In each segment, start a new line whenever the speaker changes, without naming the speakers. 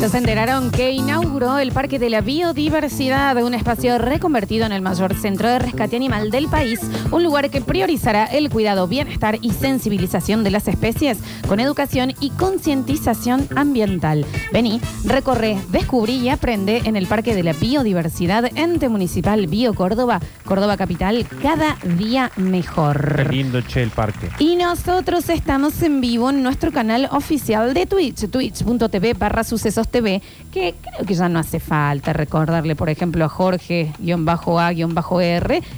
Ya se enteraron que inauguró el Parque de la Biodiversidad, un espacio reconvertido en el mayor centro de rescate animal del país, un lugar que priorizará el cuidado, bienestar y sensibilización de las especies con educación y concientización ambiental. Vení, recorre, descubrí y aprende en el Parque de la Biodiversidad Ente Municipal Bio Córdoba, Córdoba Capital, cada día
Qué
mejor.
lindo, che, el parque.
Y nosotros estamos en vivo en nuestro canal oficial de Twitch, twitch.tv barra sucesos TV, que creo que ya no hace falta recordarle, por ejemplo, a Jorge-A-R,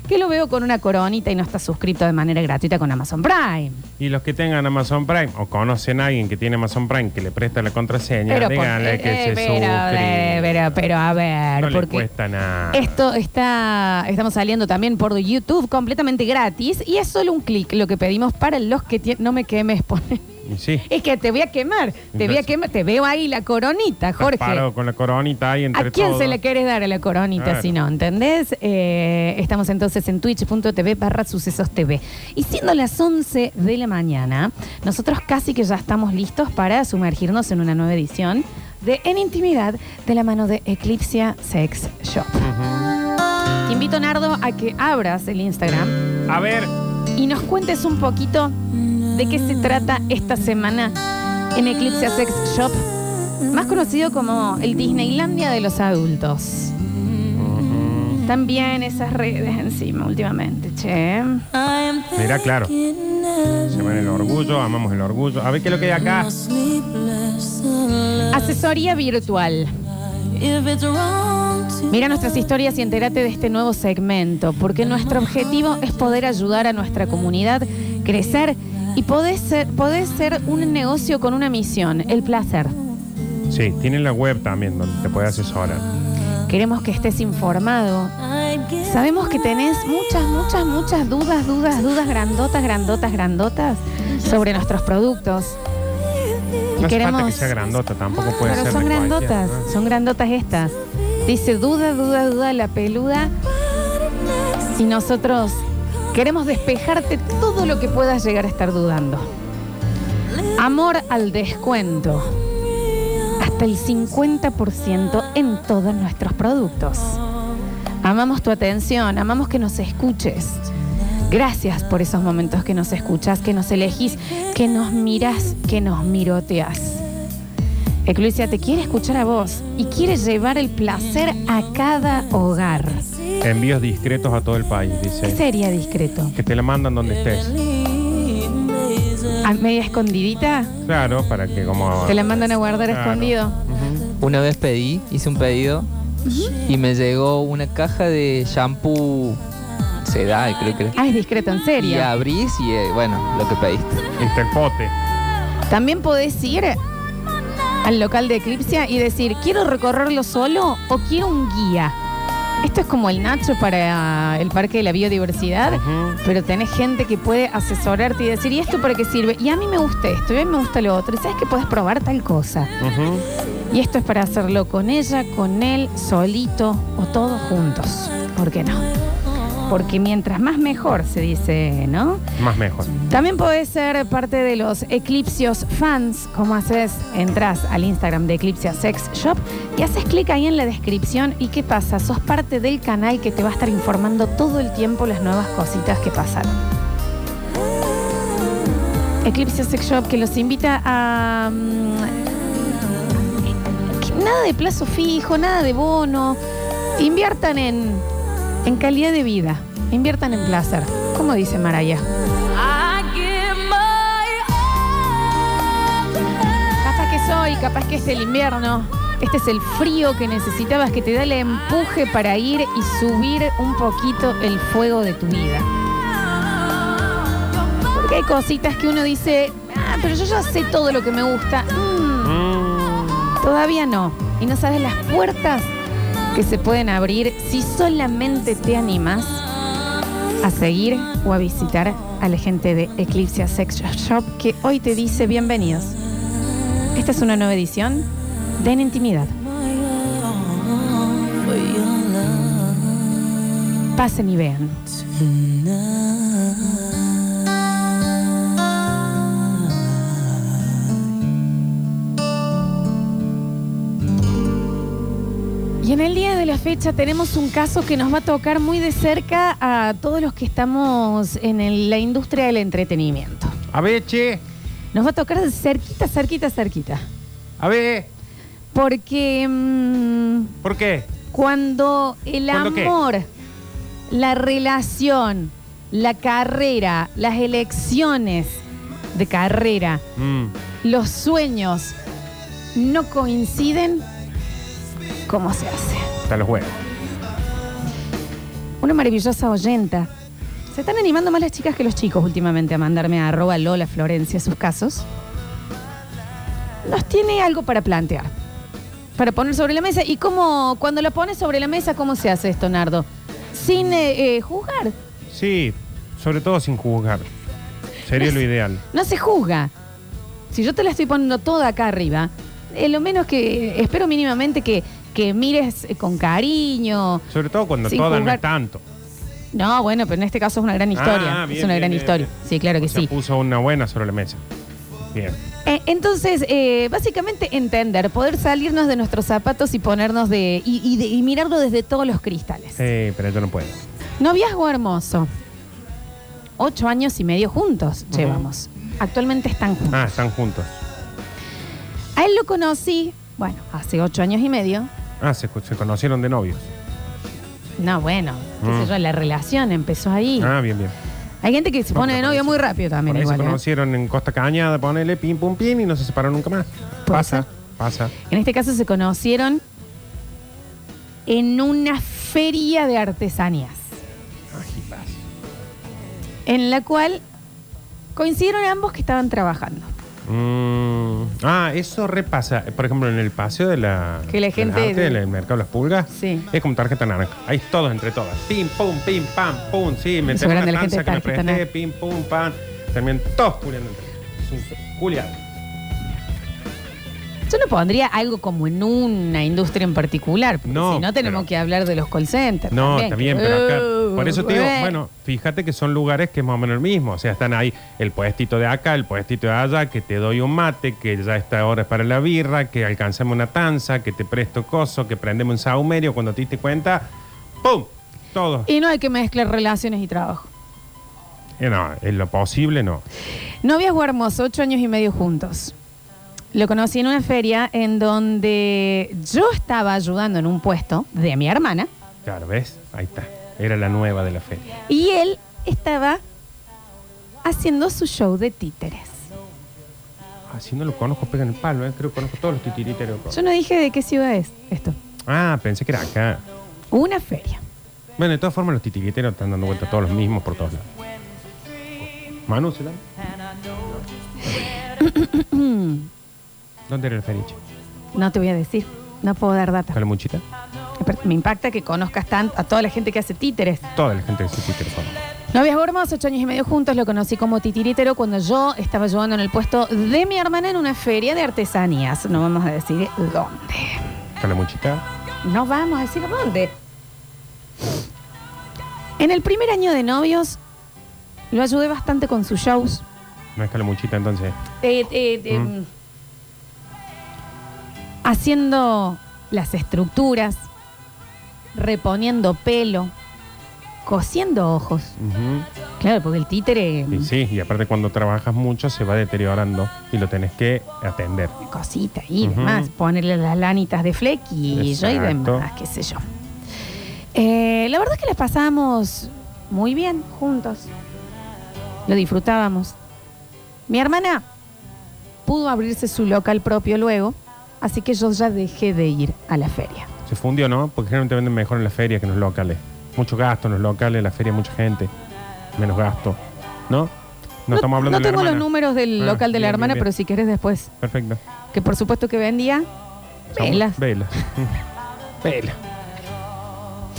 que lo veo con una coronita y no está suscrito de manera gratuita con Amazon Prime.
Y los que tengan Amazon Prime o conocen a alguien que tiene Amazon Prime que le presta la contraseña,
por-
díganle que
eh,
se
pero,
suscriba.
eh, pero, pero, a ver,
no le
porque
cuesta nada.
Esto está, estamos saliendo también por YouTube completamente gratis y es solo un clic lo que pedimos para los que tienen, no me quemes, ponen.
Y sí,
Es que te voy a quemar, te voy a
Entonces-
quemar, te veo ahí la coronita,
estás
Jorge.
parado con la coronita ahí entre
¿A quién
todos.
se le querés dar a la coronita
Claro.
si no? ¿Entendés? Eh, estamos entonces en twitch.tv barra sucesos TV. Y siendo las 11 de la mañana, nosotros casi que ya estamos listos para sumergirnos en una nueva edición de En Intimidad de la mano de Eclipsia Sex Shop.
Ujú.
Te invito, Nardo, a que abras el Instagram
A ver,
y nos cuentes un poquito de qué se trata esta semana en Eclipse Sex Shop, más conocido como el Disneylandia de los adultos. También esas redes encima últimamente, che.
mira, claro. Se llama el orgullo, amamos el orgullo. A ver qué es lo que hay acá.
Asesoría virtual. Mira nuestras historias y entérate de este nuevo segmento, porque nuestro objetivo es poder ayudar a nuestra comunidad crecer y podés ser, podés ser un negocio con una misión, el placer.
Sí, tienen la web también donde te puedes asesorar.
Queremos que estés informado. Sabemos que tenés muchas, muchas, muchas dudas, dudas, dudas grandotas, grandotas, grandotas sobre nuestros productos.
No hace
Queremos-
falta que sea grandota, tampoco puede
Pero
ser
son
de cualquiera,
grandotas,
¿no?
son grandotas estas. Dice duda, duda, duda, la peluda. Y nosotros queremos despejarte todo lo que puedas llegar a estar dudando. Amor al descuento. Hasta el 50% en todos nuestros productos. Amamos tu atención, amamos que nos escuches. Gracias por esos momentos que nos escuchas, que nos elegís, que nos miras, que nos miroteas. Eclusia te quiere escuchar a vos y quiere llevar el placer a cada hogar.
Envíos discretos a todo el país,
¿Qué
dice.
sería discreto?
Que te la mandan donde estés.
¿A Ah, media escondidita?
Claro, para que como...
¿Te la mandan a guardar
Claro.
escondido?
Ujú.
Una vez pedí, hice un pedido y me llegó una caja de shampoo sedal, creo que. era.
Ah, es discreto, en
Y
serio.
abrís y eh, bueno, lo que pediste.
Está el pote.
También podés ir al local de Eclipsia y decir, quiero recorrerlo solo o quiero un guía. Esto es como el Nacho para el Parque de la Biodiversidad,
Ujú.
pero tenés gente que puede asesorarte y decir, ¿y esto para qué sirve? Y a mí me gusta esto, y a mí me gusta lo otro, y sabes que puedes probar tal cosa.
Ujú.
Y esto es para hacerlo con ella, con él, solito o todos juntos. ¿Por qué no? Porque mientras más mejor, se dice, ¿no?
Más mejor.
También podés ser parte de los Eclipsios fans. ¿Cómo haces? Entras al Instagram de Eclipsia Sex Shop y haces clic ahí en la descripción. ¿Y qué pasa? Sos parte del canal que te va a estar informando todo el tiempo las nuevas cositas que pasaron. Eclipsia Sex Shop que los invita a. mm, que nada de plazo fijo, nada de bono. Inviertan en, en calidad de vida. Inviertan en placer. Como dice Maraya. Capaz que soy, capaz que es el invierno. Este es el frío que necesitabas que te da el empuje para ir y subir un poquito el fuego de tu vida. Porque hay cositas que uno dice, ah, pero yo ya sé todo lo que me gusta. Mm, todavía no. Y no sabes las puertas que se pueden abrir si solamente te animas a seguir o a visitar a la gente de Eclipse Sex Shop que hoy te dice bienvenidos. Esta es una nueva edición de En Intimidad. Pasen y vean. Y en el día de la fecha tenemos un caso que nos va a tocar muy de cerca a todos los que estamos en el- la industria del entretenimiento.
A ver, che.
Nos va a tocar de cerquita, cerquita, cerquita.
A ver.
Porque mm,
¿Por qué?
cuando el
¿Cuándo qué?
amor, la relación, la carrera, las elecciones de carrera,
Mm.
los sueños no coinciden, ¿cómo se hace?
Hasta los huevos.
Una maravillosa oyenta. Se están animando más las chicas que los chicos últimamente a mandarme a arroba Lola Florencia sus casos. Nos tiene algo para plantear, para poner sobre la mesa. ¿Y cómo, cuando lo pones sobre la mesa, cómo se hace esto, Nardo? Sin eh, eh, juzgar.
Sí, sobre todo sin juzgar. Sería lo ideal.
No se juzga. Si yo te la estoy poniendo toda acá arriba, eh, lo menos que espero mínimamente que, que mires eh, con cariño.
Sobre todo cuando
Sin
todo no
juzgar.
es tanto.
No, bueno, pero en este caso es una gran historia.
Ah, bien,
es una
bien,
gran
bien,
historia.
bien.
Sí, claro que
O sea,
sí.
puso una buena sobre la mesa. Bien.
Eh, Entonces, eh, básicamente entender, poder salirnos de nuestros zapatos y ponernos de y, y de- y mirarlo desde todos los cristales.
Sí, Eh, pero yo no puedo.
Noviazgo hermoso. Ocho años y medio juntos llevamos. Actualmente están juntos.
Ah, están juntos.
A él lo conocí, bueno, hace ocho años y medio.
Ah, se, se conocieron de novios.
No, bueno, qué
Mm.
sé yo, la relación empezó ahí.
Ah, bien, bien.
Hay gente que se
No,
pone de
pero
novio
por
muy
eso-
rápido también,
Por ahí
igual.
se
¿eh?
conocieron en Costa Cañada, ponele pim pum pim y no se separaron nunca más.
Puede
Pasa,
ser.
pasa.
En este caso se conocieron en una feria de artesanías.
Ay, vas.
en la cual coincidieron ambos que estaban trabajando.
Mm, ah, eso repasa. Por ejemplo, en el paseo de la.
Que la
del
gente-
arte, del mercado de las pulgas.
Sí.
Es como tarjeta naranja. Ahí todos entre todas. Pim, pum, pim, pam, pum. Sí, me
Eso
tengo una
grande, la gente
panza que me
tarjeta
presté.
naranja.
Pim, pum, pam. También todos puliendo entre todos. Es un culiado.
Yo no pondría algo como en una industria en particular, porque
No,
si no tenemos
pero-
que hablar de los call centers.
No, está bien, pero acá.
Uh,
Por eso te digo,
eh.
bueno, fíjate que son lugares que es más o menos el mismo. O sea, están ahí el puestito de acá, el puestito de allá, que te doy un mate, que ya esta hora es para la birra, que alcanzamos una tanza, que te presto coso, que prendemos un saumerio. Cuando te diste cuenta, ¡pum! Todo.
Y no hay que mezclar relaciones y trabajo.
Eh, no, en lo posible no.
Noviazgo hermoso, ocho años y medio juntos. Lo conocí en una feria en donde yo estaba ayudando en un puesto de mi hermana
Claro, ¿ves? Ahí está. Era la nueva de la feria.
y él estaba haciendo su show de títeres.
Ah, si no lo conozco, pegan el palo, ¿eh? Creo que conozco todos los titiriteros.
Yo no dije de qué ciudad es esto.
Ah, pensé que era acá.
Una feria.
Bueno, de todas formas, los titiriteros están dando vuelta todos los mismos por todos lados. Manu, ¿se la- ¿Dónde era el feriche?
No te voy a decir. No puedo dar data.
¿Con la muchita?
Aparte, Me impacta que conozcas tan, a toda la gente que hace títeres.
Toda la gente que se títere conoce.
Noviazgo hermoso, ocho años y medio juntos. Lo conocí como titiritero cuando yo estaba ayudando en el puesto de mi hermana en una feria de artesanías. No vamos a decir dónde.
¿Con la muchita?
No vamos a decir dónde. En el primer año de novios, lo ayudé bastante con sus shows.
No es con la muchita, entonces.
Eh, eh, eh,
Mm.
Haciendo las estructuras, reponiendo pelo, cosiendo ojos.
Ujú.
Claro, porque el títere
Y sí, y aparte cuando trabajas mucho se va deteriorando y lo tenés que atender.
cosita y
Ujú.
demás, ponerle las lanitas de flequillo y
Exacto.
demás, qué sé yo. Eh, la verdad es que las pasábamos muy bien juntos. Lo disfrutábamos. Mi hermana pudo abrirse su local propio luego, así que yo ya dejé de ir a la feria.
Se fundió, ¿no? Porque generalmente venden mejor en las ferias que en los locales. Mucho gasto en los locales, en la feria mucha gente. Menos gasto. ¿No? No, estamos
no
hablando de la
tengo los
hermana.
números del
Ah,
local de la
bien, bien,
hermana,
bien.
pero si querés después,
Perfecto.
que por supuesto que vendía
Somos-
velas,
Velas. Velas.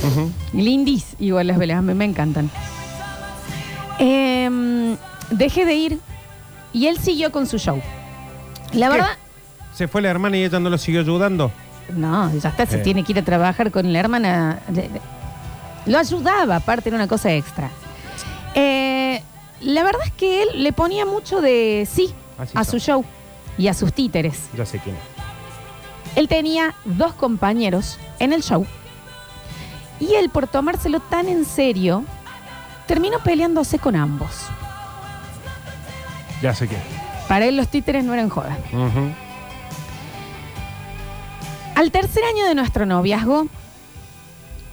Ujú.
Lindis, igual las velas, me, me encantan. Em, dejé de ir y él siguió con su show. La
¿Qué?
verdad,
Se fue la hermana y ella no lo siguió ayudando.
no, ya está, se
Eh.
tiene que ir a trabajar con la hermana. Le- le- Lo ayudaba, aparte era una cosa extra. Eh, la verdad es que él le ponía mucho de sí
Así
a
son.
su show y a sus títeres.
Ya sé quién es.
Él tenía dos compañeros en el show y él por tomárselo tan en serio terminó peleándose con ambos.
Ya sé qué.
Para él los títeres no eran joda.
Ujú.
Al tercer año de nuestro noviazgo,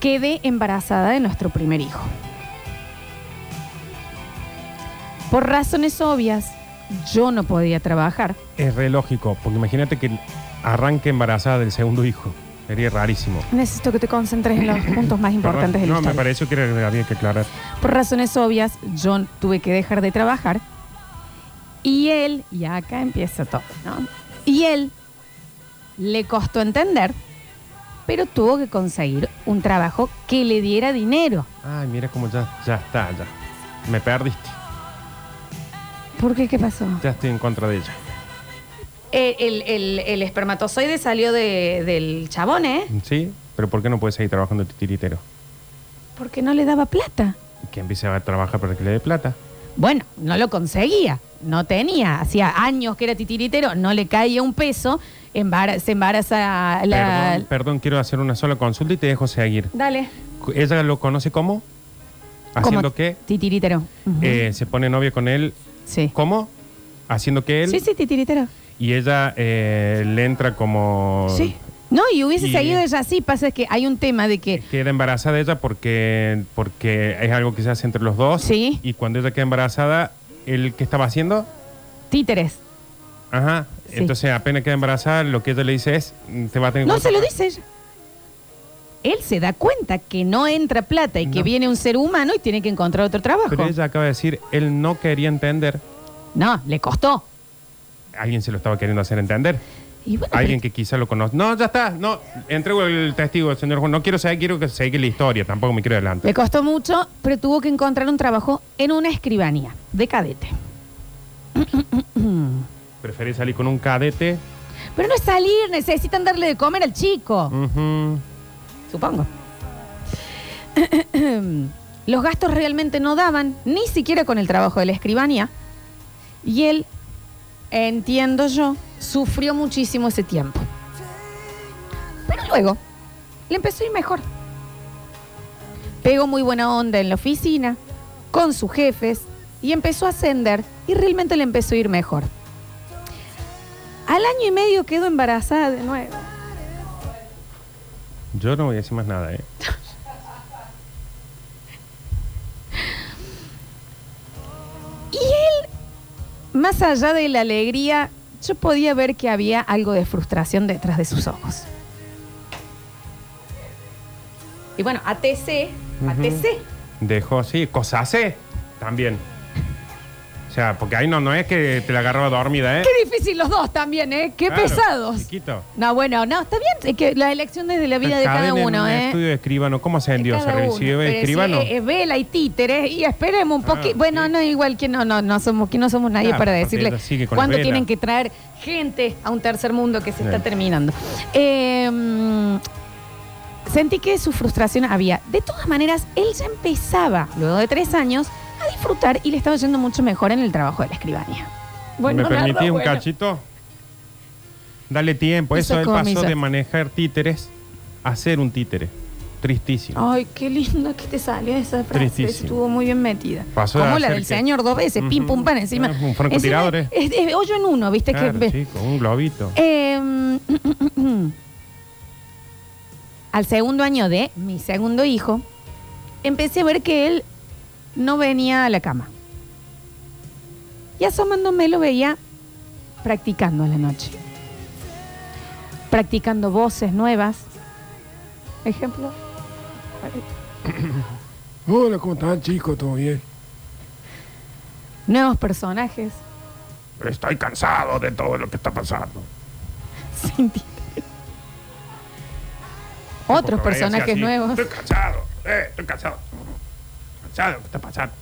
quedé embarazada de nuestro primer hijo. Por razones obvias, yo no podía trabajar.
Es re lógico, porque imagínate que arranque embarazada del segundo hijo. Sería rarísimo.
Necesito que te concentres en los puntos más importantes de la
Perdón. No, me
historia.
pareció que era- había que aclarar.
Por razones obvias, yo tuve que dejar de trabajar. Y él, y acá empieza todo, ¿no? Y él le costó entender, pero tuvo que conseguir un trabajo que le diera dinero.
Ay, mira cómo ya, ya está, ya. Me perdiste.
¿Por qué? ¿Qué pasó?
Ya estoy en contra de ella.
Eh, El, el- el espermatozoide salió de- del chabón, ¿eh?
¿Sí? Pero ¿por qué no puedes seguir trabajando tu tiritero?
Porque no le daba plata.
Que empiece a trabajar para que le dé plata.
Bueno, no lo conseguía, no tenía. Hacía años que era titiritero, no le caía un peso, embara- se embaraza la...
Perdón, perdón, quiero hacer una sola consulta y te dejo seguir.
Dale.
¿Ella lo conoce como? Haciendo
Como
que
Titiritero. Ujú.
eh, se pone novia con él.
sí.
¿Cómo? Haciendo que él.
Sí, sí, titiritero.
Y ella eh, le entra como.
Sí. No, y hubiese
Oh. Y-
seguido ella así. Pasa que hay un tema de que.
Queda embarazada ella porque, porque es algo que se hace entre los dos.
Sí.
Y cuando ella queda embarazada, ¿él qué estaba haciendo?
Títeres.
Ajá.
Sí.
Entonces, apenas queda embarazada, lo que ella le dice es: mm, te va a tener que
No se lo
contratar.
dice ella. Él se da cuenta que no entra plata y que
No.
viene un ser humano y tiene que encontrar otro trabajo.
Pero ella acaba de decir: él no quería entender.
No, le costó.
Alguien se lo estaba queriendo hacer entender.
Y bueno,
Alguien
pero-
que quizá lo conoce. No, ya está. No, entrego el testigo, señor Juan. No quiero saber, quiero que se la historia. Tampoco me quiero adelante.
Le costó mucho, pero tuvo que encontrar un trabajo en una escribanía de cadete.
Preferí salir con un cadete.
Pero no es salir, necesitan darle de comer al chico.
Ujú.
Supongo. Los gastos realmente no daban, ni siquiera con el trabajo de la escribanía. Y él, entiendo yo, sufrió muchísimo ese tiempo. Pero luego, le empezó a ir mejor. Pegó muy buena onda en la oficina, con sus jefes, y empezó a ascender, y realmente le empezó a ir mejor. Al año y medio quedó embarazada de nuevo.
Yo no voy a decir más nada, ¿eh?
Y él, más allá de la alegría, yo podía ver que había algo de frustración detrás de sus ojos. Y bueno, ATC, ATC.
Dejó así, cosase también. O sea, porque ahí no, no es que te la agarraba dormida, ¿eh?
Qué difícil los dos también, ¿eh? Qué
Claro,
pesados.
Chiquito.
No, bueno, no, está bien. Es que la elección desde la vida de cada
Cadena en
uno,
un
¿eh?
estudio de escribano. ¿Cómo ascendió? ¿Se
Cada uno.
recibió de
Pero
escribano?
sí, eh, eh, vela y títeres y esperemos un
Ah,
poquito. bueno,
sí.
no, igual que no, no, no somos, que no somos nadie
Claro,
para
aparte
decirle
ella sigue con
cuándo
Vela.
tienen que traer gente a un tercer mundo que se está
Sí.
terminando. Eh, mm, sentí que su frustración había. De todas maneras, él ya empezaba, luego de tres años, a disfrutar y le estaba yendo mucho mejor en el trabajo de la escribanía.
¿Me
Nardo,
permitís un
bueno.
cachito? Dale tiempo.
Eso
Eso él
comienza.
pasó de manejar títeres a ser un títere. Tristísimo.
Ay, qué lindo que te salió esa frase.
Tristísimo.
Estuvo muy bien metida.
Pasó
Como
de
la
hacer
del
que-
señor dos veces, pim,
Ujú.
pum, pan encima.
Es un francotirador, eh.
Encima, Es, es hoyo en uno, viste
Claro,
este que... ve-
chico, un globito.
Eh, al segundo año de mi segundo hijo, empecé a ver que él no venía a la cama. Y asomándome lo veía practicando a la noche. Practicando voces nuevas. Ejemplo.
Hola, ¿cómo están chicos? ¿Todo bien?
Nuevos personajes.
Estoy cansado de todo lo que está pasando.
sin títere. Otros
Porque veía
personajes
así,
nuevos.
Estoy cansado, eh, estoy cansado. Cansado de lo que está pasando.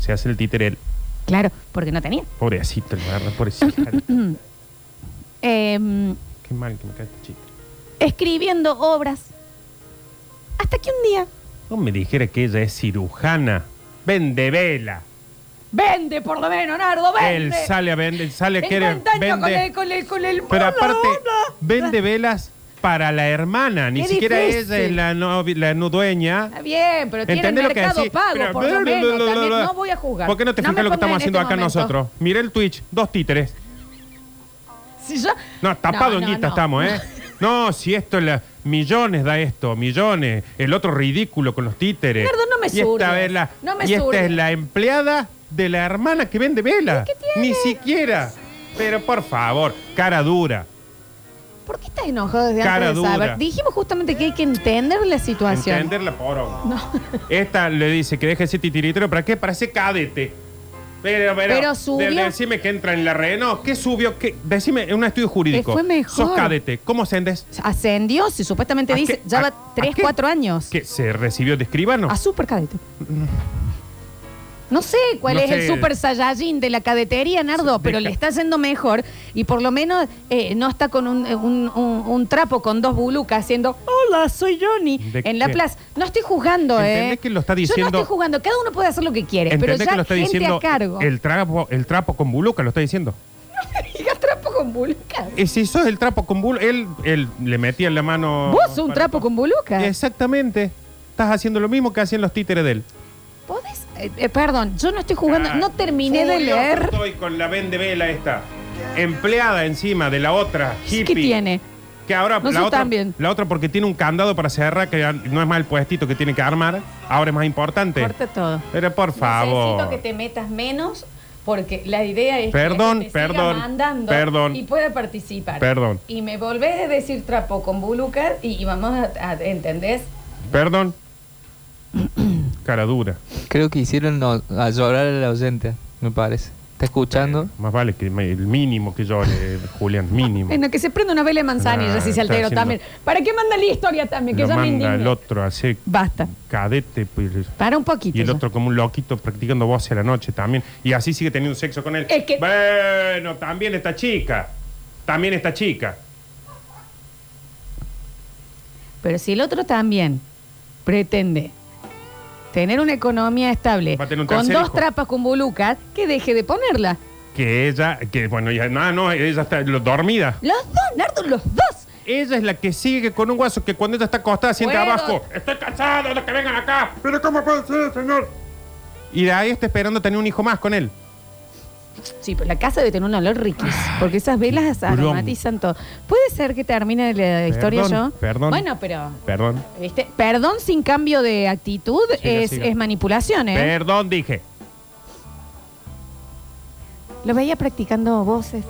Se hace el títere él.
Claro, porque no tenía.
Pobrecito, la verdad, pobrecito. Qué
Em,
mal que me cae este chico.
escribiendo obras. Hasta que un día.
No me dijera que ella es cirujana. Vende vela.
¡Vende, por lo menos, Nardo!
Él
¡Vende!
sale a vender, sale a
Tengo
querer.
un daño con
Vende.
el- con el- con el-
Pero
con la
aparte,
onda.
vende velas para la hermana, ni
Qué
siquiera
difícil.
ella es la no, la no dueña.
Está bien, pero tiene
¿Entendés lo que
mercado
decís?
pago,
Mira,
por lo
bla, bla,
menos.
bla, bla,
también.
bla.
No voy a juzgar.
¿Por qué no te
No me
fijas lo que
pongan
estamos
en
haciendo
este
acá
momento.
nosotros? Mirá el Twitch, dos títeres.
Si yo-
No, tapado en
no,
guita
no.
estamos, ¿eh? No, si esto es la... Millones da esto, millones. El otro ridículo con los títeres.
Ricardo, no me
y esta,
zurgues.
es la,
No me
y esta
zurgues.
es la empleada de la hermana que vende vela.
¿Y qué tiene?
Ni siquiera. Pero por favor, cara dura.
¿Por qué estás enojado desde
Cara
antes de saber?
dura.
Dijimos justamente que hay que entender la situación.
Entenderla por
No.
Esta le dice que deje ese titiritero. ¿Para qué? Para ese cadete. Pero, pero,
Pero subió.
de- decime que entra en la Renault. ¿Qué subió? ¿Qué? Decime, en un estudio jurídico.
Le fue mejor.
Sos cadete. ¿Cómo ascendes?
Ascendió, si supuestamente
¿A
dice,
qué-
ya
a-
va
a
3,
qué-
4 años.
¿Qué? ¿Se recibió de escribano?
A super cadete. No sé cuál
No
es el
sé.
super saiyajin de la cadetería, Nardo, pero le está yendo mejor y por lo menos eh, no está con un, eh, un- un- un trapo con dos bulucas haciendo Hola, soy Johnny
¿De
en la
qué?
plaza. No estoy jugando, ¿eh?
¿Entendés que lo está
Yo no
diciendo-
estoy jugando, cada uno puede hacer lo que quiere, pero
¿Entendés
ya
que lo está
gente
diciendo
a cargo.
el trapo, el trapo con buluca? Lo está diciendo.
Diga trapo con bulucas.
Es eso es el trapo con buluca. Él, él le metía en la mano.
Vos un trapo con bulucas.
Exactamente. Estás haciendo lo mismo que hacían los títeres de él.
¿Podés? Eh, eh, perdón, yo no estoy jugando,
Ah,
no terminé de
furioso
leer.
Estoy con la vende vela esta. Empleada encima de la otra hippie.
¿Qué tiene?
Que ahora
Nosotros
la otra,
también.
la otra porque tiene un candado para cerrar que ya no es más el puestito que tiene que armar, ahora es más importante.
Corta todo.
Pero por favor.
Necesito que te metas menos porque la idea es
Perdón,
que la gente siga
perdón,
mandando
perdón.
y pueda participar.
Perdón.
Y me volvés a decir trapo con bulucas y, y vamos a, a- ¿entendés?
Perdón. Cara dura.
Creo que hicieron no- a llorar al oyente, me parece. ¿Está escuchando?
Más vale que me- el mínimo que yo, eh, Julián, mínimo.
En que se prenda una vela de manzanilla
Claro,
si se altero
Ah, está haciendo-
también. ¿Para qué manda la historia también? Que
Lo
ya me
manda
indigné.
el otro así,
Basta.
cadete. pues,
Para un poquito.
Y el
ya.
otro como un loquito practicando voz a la noche también. Y así sigue teniendo sexo con él.
Es que-
Bueno, también esta chica. También esta chica.
Pero si el otro también pretende tener una economía estable
Va a tener un
con
tercer
dos
hijo.
trapas con bulucas, que deje de ponerla.
Que ella, que bueno, ya, no, no, ella está lo- dormida.
Los dos, Nardo, los dos.
Ella es la que sigue con un guaso que cuando ella está acostada siente
Bueno.
abajo. Estoy cansado de que vengan acá.
¿Pero cómo puede ser, señor?
Y de ahí está esperando tener un hijo más con él.
Sí, pero la casa debe tener un olor riquísimo, porque esas velas
bronco.
aromatizan todo. ¿Puede ser que termine la historia yo?
Perdón, perdón.
Bueno, pero,
Perdón.
¿viste? Perdón sin cambio de actitud
Siga,
es,
siga.
es manipulación, ¿eh?
Perdón, dije.
Lo veía practicando voces.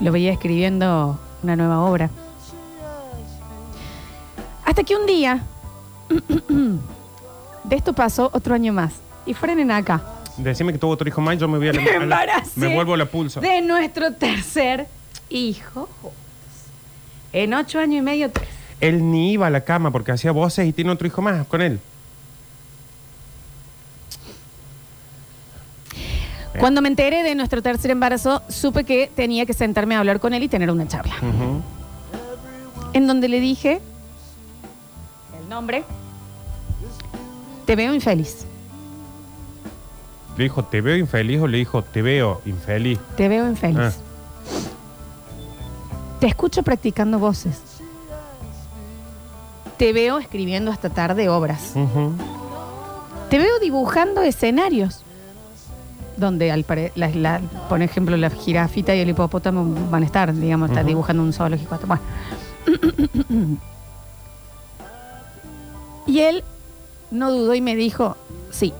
Lo veía escribiendo una nueva obra. Hasta que un día, de esto pasó otro año más. Y frenen acá.
Decime que tuvo otro hijo más y yo me voy a la,
Me
a la-
embaracé
Me vuelvo a la pulso.
De nuestro tercer hijo. En ocho años y medio, tres.
Él ni iba a la cama porque hacía voces y tiene otro hijo más con él.
Cuando me enteré de nuestro tercer embarazo, supe que tenía que sentarme a hablar con él y tener una charla.
Ujú.
En donde le dije el nombre. Te veo infeliz.
¿Le dijo te veo infeliz o le dijo te veo infeliz?
Te veo infeliz.
Ah.
Te escucho practicando voces. Te veo escribiendo hasta tarde obras.
Ujú.
Te veo dibujando escenarios donde, al pare- la- la- por ejemplo, la jirafita y el hipopótamo van a estar, digamos, está
Ujú.
dibujando un zoológico. Bueno. y él no dudó y me dijo, sí,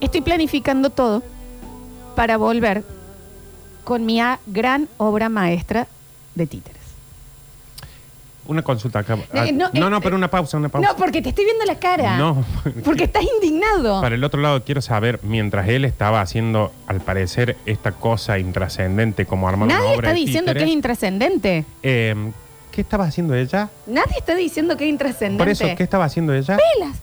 estoy planificando todo para volver con mi a- gran obra maestra de títeres.
Una consulta acá. Ah,
Eh,
no,
no,
no,
eh,
pero una pausa, una pausa.
No, porque te estoy viendo la cara.
No.
Porque estás indignado.
Para el otro lado, quiero saber, mientras él estaba haciendo, al parecer, esta cosa intrascendente como armar una
Nadie
obra
está
de
diciendo que es
títeres,
intrascendente.
eh, ¿Qué estaba haciendo ella?
Nadie está diciendo que es intrascendente.
Por eso, ¿qué estaba haciendo ella?
Velas.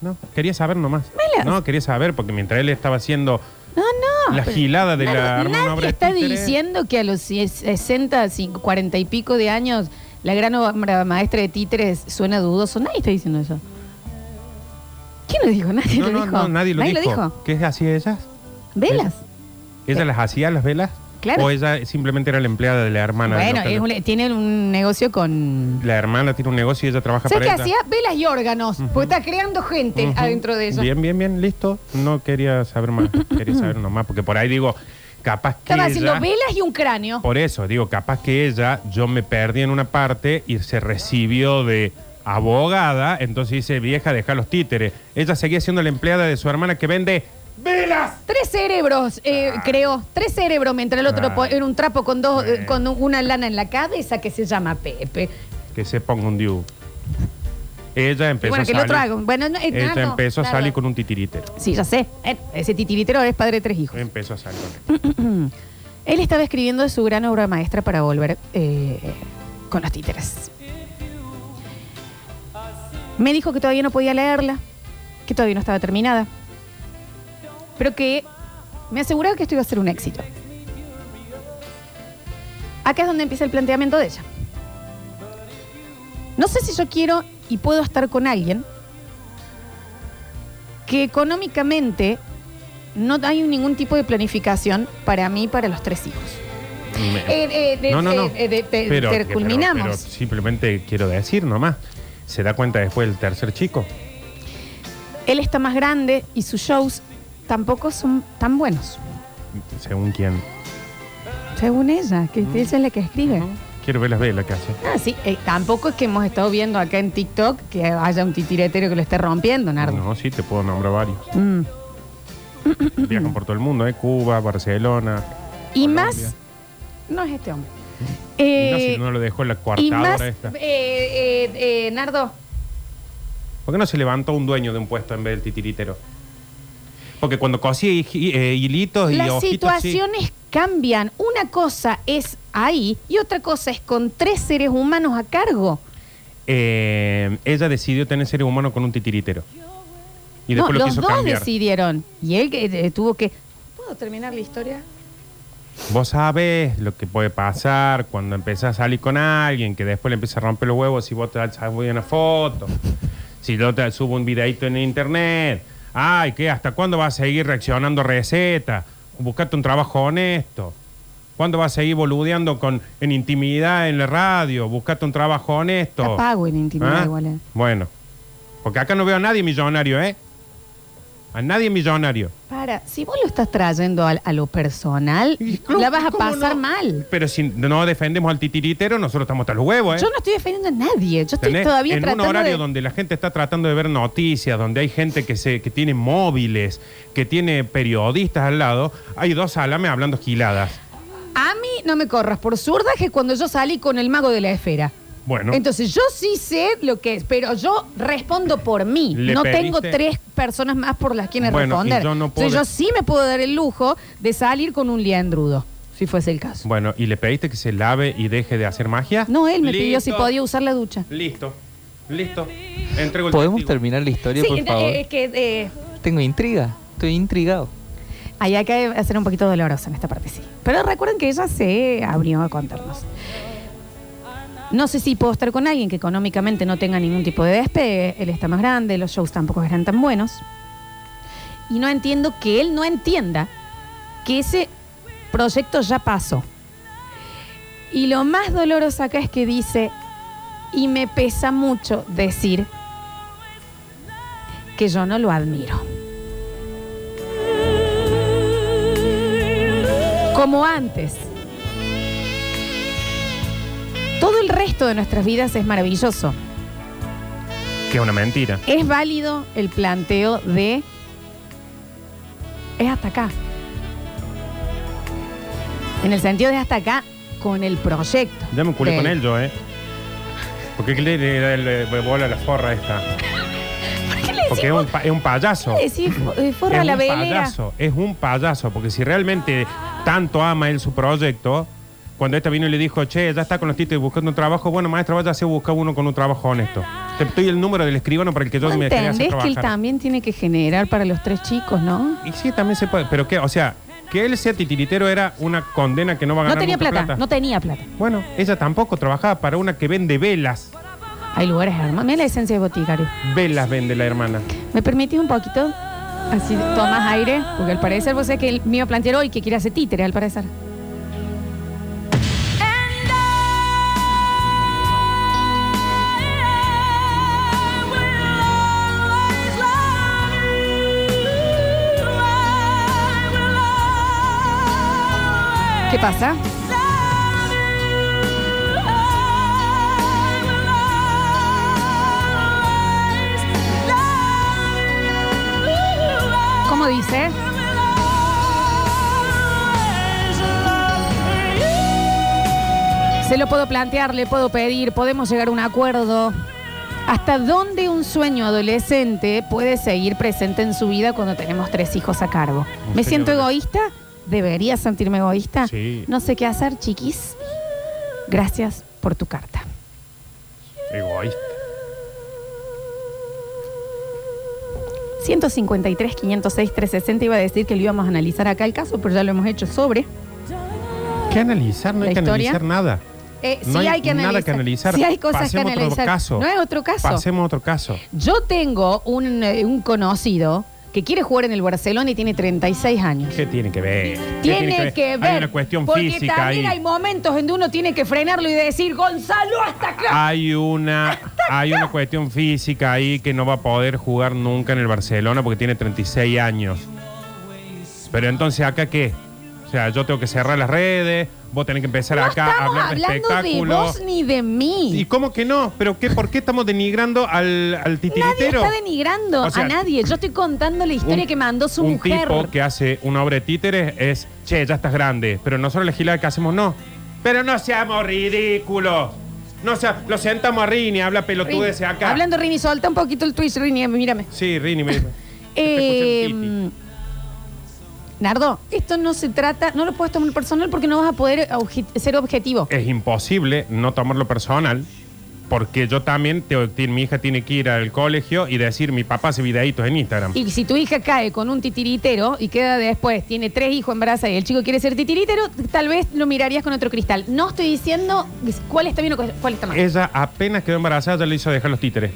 No, quería saber nomás.
Velas.
No, quería saber, porque mientras él estaba haciendo
No, no.
la
pero-
gilada de
Nadie-
la armar una
nadie
obra de
está
títeres,
diciendo que a los 10, 60, 50, 40 y pico de años la gran obra maestra de títeres suena dudoso. Nadie está diciendo eso. ¿Quién lo dijo? Nadie
eh. No,
lo
no,
dijo.
no, nadie lo dijo.
dijo.
¿Qué hacía ella?
Velas.
¿Ella las hacía las velas?
Claro.
O ella simplemente era la empleada de la hermana. del
bueno,
local.
es un- tiene un negocio con...
La hermana tiene un negocio y ella trabaja
¿Sabes
para
qué
ella.
hacía? Velas y órganos, porque está creando gente
Ujú.
adentro de eso.
Bien, bien, bien, listo. No quería saber más. quería saber nomás, porque por ahí digo, capaz que.
Estaba haciendo
ella-
velas y un cráneo.
Por eso, digo, capaz que ella, yo me perdí en una parte y se recibió de abogada, entonces dice, vieja, deja los títeres. Ella seguía siendo la empleada de su hermana que vende velas.
Tres cerebros, eh, creo. Tres cerebros, mientras el otro
Claro.
po- era un trapo con dos, eh,
Bueno.
con un- una lana en la cabeza que se llama Pepe.
Que se ponga un diu. Ella empezó
bueno,
a
que
salir.
el otro haga. un- Bueno, no, eh,
Ella
ah, no,
empezó a
claro.
salir Este, con un titiritero.
Sí, ya sé. Eh, Ese titiritero es padre de tres hijos.
Empezó a salir con él.
Él estaba escribiendo de su gran obra maestra para volver eh, con los títeres. Me dijo que todavía no podía leerla, que todavía no estaba terminada, pero que me aseguraba que esto iba a ser un éxito. Acá es donde empieza el planteamiento de ella. No sé si yo quiero y puedo estar con alguien que económicamente no hay ningún tipo de planificación para mí, para los tres hijos.
Me-
Eh, eh, de-
no, no, no.
eh, eh, de- de-
Pero-
de-
pero-
culminamos.
pero simplemente quiero decir nomás. Se da cuenta después el tercer chico.
Él está más grande y sus shows tampoco son tan buenos,
Según quién.
según ella,
Mm.
que ella es la que escribe.
Quiero ver las velas que hace.
Ah, sí, eh, tampoco es que hemos estado viendo acá en TikTok que haya un titiretero que lo esté rompiendo, Nardo.
No, sí, te puedo nombrar varios.
Mm.
Viajan por todo el mundo, ¿eh? Cuba, Barcelona.
Y
Colombia.
más, no es este hombre.
Y no,
Eh,
si no lo dejó en la
y
coartadora
más,
esta.
eh, eh, eh, Nardo,
¿Por qué no se levantó un dueño de un puesto en vez del titiritero? Porque cuando cosía hij- eh, hilitos y
Las
hojitos, sí.
situaciones cambian. Una cosa es ahí y otra cosa es con tres seres humanos a cargo.
Eh, ella decidió tener seres humanos con un titiritero. Y después
no,
lo
los
quiso
dos
cambiar.
decidieron. Y él que, eh, tuvo que... ¿Puedo terminar la historia?
Vos sabés lo que puede pasar cuando empezás a salir con alguien, que después le empieza a romper los huevos si vos te das voy a una foto, si yo te subo un videito en internet. Ay, ¿qué? ¿Hasta cuándo vas a seguir reaccionando recetas? Buscate un trabajo honesto. ¿Cuándo vas a seguir boludeando con, en intimidad en la radio? Buscate un trabajo honesto.
La pago en intimidad
¿Ah?
igual. eh.
Bueno, porque acá no veo a nadie millonario, ¿eh? A nadie millonario.
Para, si vos lo estás trayendo al- a, lo personal,
Y creo-
la vas a
¿cómo
pasar
no?
mal.
Pero si no defendemos al titiritero, nosotros estamos hasta los huevos, ¿eh?
Yo no estoy defendiendo a nadie. Yo estoy
¿Entendés?
todavía
en un
tratando
horario
de...
donde la gente está tratando de ver noticias, donde hay gente que se que tiene móviles, que tiene periodistas al lado, hay dos salames hablando giladas.
A mí no me corras por zurda que cuando yo salí con el mago de la esfera.
Bueno,
Entonces yo sí sé lo que es, pero yo respondo por mí.
Le
No
pediste-
tengo tres personas más por las quienes
Bueno,
responder.
y yo no puedo
Entonces, yo
dec-
sí me puedo dar el lujo de salir con un liendrudo, si fuese el caso.
bueno, y le pediste que se lave y deje de hacer magia.
No, él me pidió
Listo,
si podía usar la ducha.
Listo. Listo. Entrego el
¿Podemos
testigo.
terminar la historia,
Sí,
por
eh,
favor?
eh, que eh,
Tengo intriga, estoy intrigado.
ahí hay que hacer un poquito dolorosa en esta parte, sí. Pero recuerden que ella se abrió a contarnos. No sé si puedo estar con alguien que económicamente no tenga ningún tipo de despegue. Él está más grande, los shows tampoco eran tan buenos. Y no entiendo que él no entienda que ese proyecto ya pasó. Y lo más doloroso acá es que dice, y me pesa mucho decir que yo no lo admiro. Como antes. Todo el resto de nuestras vidas es maravilloso.
Que es una mentira.
Es válido el planteo de. Es hasta acá. En el sentido de hasta acá con el proyecto.
Ya me culé
de
con él yo, ¿eh? Porque le, le, le- le bola la forra esta.
¿Por qué le
Porque es
decimos?
un, pa- es un payaso.
¿Qué le decís? Eh, Forra
es
la
un
velera.
payaso, es un payaso, porque si realmente tanto ama él su proyecto, cuando esta vino y le dijo, che, ya está con los títulos buscando un trabajo, bueno, maestra, vaya a hacer buscar uno con un trabajo honesto. Te estoy el número del escribano para el que yo
¿No
me dejé hacer
entendés que él
trabajar.
también tiene que generar para los tres chicos, no?
Y sí, también se puede, pero qué, o sea, que él sea titiritero era una condena que no va a
No
ganar
tenía
nunca
plata, no tenía plata.
Bueno, ella tampoco trabajaba para una que vende velas.
Hay lugares, hermano. Mira la esencia de boticario.
Velas vende la hermana.
¿Me permitís un poquito? Así tomas aire, porque al parecer vos sabés que el mío planteó hoy que quiere hacer títere, al parecer. ¿Qué pasa? ¿Cómo dice? Se lo puedo plantear, le puedo pedir, podemos llegar a un acuerdo. ¿Hasta dónde un sueño adolescente puede seguir presente en su vida cuando tenemos tres hijos a cargo?
Un
¿Me
sueño
siento
adolescente.
egoísta? ¿Debería sentirme egoísta?
Sí.
No sé qué hacer, chiquis. Gracias por tu carta.
Egoísta.
153, 506, 360 iba a decir que lo íbamos a analizar acá el caso, pero ya lo hemos hecho sobre.
¿Qué analizar? No
¿La
hay que
historia?
analizar nada.
Eh,
No
sí
hay
hay, que analizar.
nada que analizar.
Sí hay cosas
Pasemos
que
otro
analizar.
caso.
No es otro caso.
Pasemos a otro caso.
Yo tengo un, eh, un conocido que quiere jugar en el Barcelona y tiene 36 años.
¿Qué tiene que ver? ¿Qué
Tiene que ver.
Hay una cuestión
porque
física ahí.
también hay momentos en donde uno tiene que frenarlo y decir, Gonzalo, hasta acá.
Hay una, hay una cuestión física ahí que no va a poder jugar nunca en el Barcelona porque tiene 36 años. Pero entonces, ¿acá qué? O sea, yo tengo que cerrar las redes, vos tenés que empezar
no
acá a
estamos
hablar de
hablando de
espectáculos.
vos ni de mí.
¿Y cómo que no? ¿Pero qué? ¿Por qué estamos denigrando al, al
Nadie
titiritero?
está denigrando
O sea,
a nadie. Yo estoy contando la historia que mandó su
un
mujer.
tipo que hace una obra de títeres es, che, ya estás grande, pero nosotros la gilada que hacemos no. Pero no seamos ridículos. No sea, lo sentamos a Rini, habla pelotudes
Rini.
acá.
Hablando Rini, solta un poquito el Twitch, Rini, mírame.
Sí, Rini, me
Eh,
Te escuché el piti.
Nardo, esto no se trata, no lo puedes tomar personal porque no vas a poder obje- ser objetivo.
es imposible no tomarlo personal. Porque yo también, tengo que ir- mi hija tiene que ir al colegio y decir, mi papá hace videitos en Instagram.
Y si tu hija cae con un titiritero y queda después, tiene tres hijos embarazados y el chico quiere ser titiritero, tal vez lo mirarías con otro cristal. No estoy diciendo cuál está bien o cuál cuál está mal.
Ella apenas quedó embarazada, ya le hizo dejar los títeres.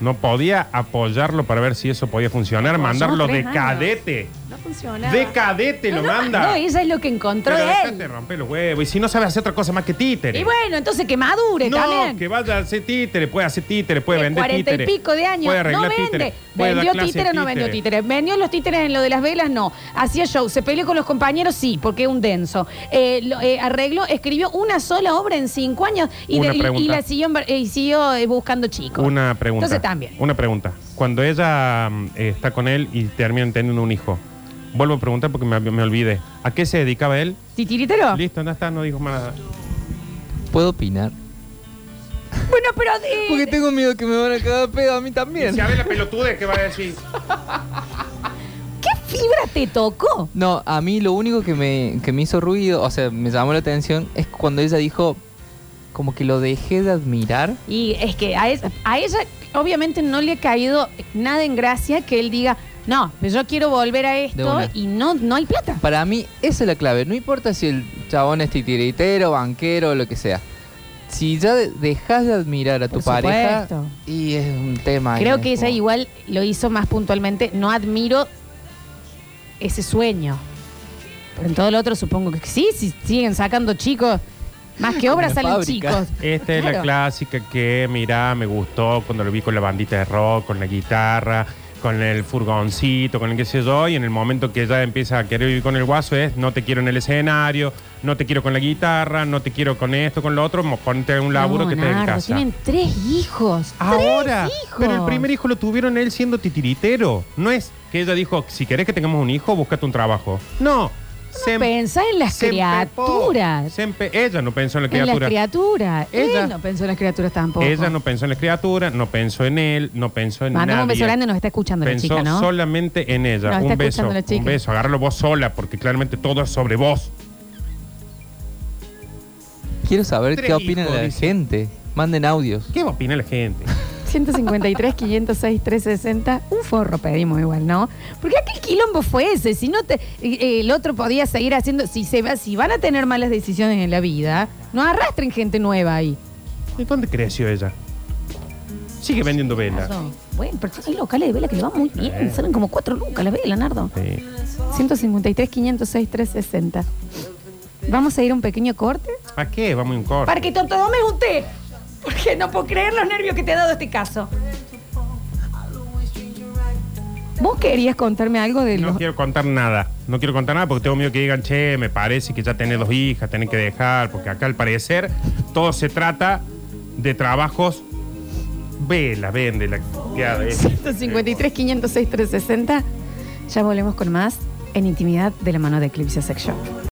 No podía apoyarlo para ver si eso podía funcionar,
Pues
mandarlo
somos
de
tres años.
cadete.
no funciona.
De cadete lo manda.
No, ella es lo que encontró
Pero
él.
dejate romper los huevos. Y si no sabe hacer otra cosa más que títere.
Y bueno, entonces que madure
no,
también.
que vaya a hacer títere, puede hacer títere, puede
de
vender
40
títere.
Eh, y pico de años.
Puede
no
arreglar
vende.
títere. puede dar
¿Vendió
clase de
títere o no vendió títere? ¿Vendió los títeres en lo de las velas? No. Hacía show. ¿Se peleó con los compañeros? Sí, porque es un denso. Eh, lo- eh, arregló, escribió una sola obla en cinco años y,
Una
de- y-
pregunta.
y la siguió, en bar- eh, y siguió eh, buscando chicos.
Una pregunta.
Entonces también.
Una pregunta. Cuando ella mm, eh, está con él y terminan teniendo un hijo, vuelvo a preguntar porque me, me olvidé. ¿A qué se dedicaba él?
¿Titiritero?
Listo, no está, no dijo más nada.
¿Puedo opinar?
Bueno, pero. eh,
Porque tengo miedo que me van a cagar pedo a mí
Y
también.
Si a ver la pelotude, ¿qué va a decir?
¿Qué fibra te tocó?
No, a mí lo único que me, que me hizo ruido, o sea, me llamó la atención, es cuando ella dijo, como que lo dejé de admirar.
Y es que a ella, a ella obviamente no le ha caído nada en gracia que él diga, no, pero yo quiero volver a esto
una.
y no, no hay plata.
Para mí, esa es la clave. No importa si el chabón es titiritero, banquero, lo que sea. Si ya de- dejas de admirar a tu
Por
pareja,
supuesto.
y es un tema. ahí,
Creo
es
que ella
como-
igual lo hizo más puntualmente. No admiro ese sueño. Pero en todo lo otro supongo que sí, si siguen sacando chicos. Más que obras
Una
salen
fábrica.
chicos.
Esta es la
Claro.
clásica que, mirá, me gustó cuando lo vi con la bandita de rock, con la guitarra, con el furgoncito, con el qué sé yo, y en el momento que ella empieza a querer vivir con el guaso es, no te quiero en el escenario, no te quiero con la guitarra, no te quiero con esto, con lo otro, mo- ponte un laburo
No,
que te dé en
Nardo,
casa.
Tienen tres hijos.
Ahora,
tres hijos.
pero el primer hijo lo tuvieron él siendo titiritero. No es que ella dijo, si querés que tengamos un hijo, búscate un trabajo. No. se em-
Pensá en las
se empepó.
criaturas.
Se empe- ella no pensó en la
En las
criatura.
criaturas.
Ella-
Él no pensó en las criaturas tampoco.
Ella no pensó en la criatura, no pensó en él, no pensó en
Mandamos
nadie.
un beso grande, nos está escuchando
Pensó
la chica, ¿no?
solamente en ella.
Nos está
un beso,
escuchando la chica.
un beso. Agárralo vos sola, porque claramente todo es sobre vos.
Quiero saber
Tres
qué opina
hijos,
la
dice.
gente. Manden audios.
¿Qué opina la gente?
153, 506, 360. Un forro pedimos igual, ¿no? Porque aquel quilombo fue ese. Si no te, eh, el otro podía seguir haciendo. Si, se va, si van a tener malas decisiones en la vida, no arrastren gente nueva ahí.
¿De dónde creció ella? Sigue vendiendo vela.
Bueno, pero hay locales de vela que le va muy bien.
Eh.
Salen como cuatro lucas las velas, Nardo.
Sí.
153, 506, 360. Vamos a ir a un pequeño corte.
¿A qué? Vamos a un corte.
Para que te tomes un té. Porque no puedo creer los nervios que te ha dado este caso.
¿Vos querías contarme algo de
No
los...
quiero contar nada. No quiero contar nada porque tengo miedo que digan, che, me parece que ya tenés dos hijas, tenés que dejar, porque acá al parecer todo se trata de trabajos. Vela, vende la que haga.
153, 506, 360. Ya volvemos con más en intimidad de la mano de Eclipse Sex Shop.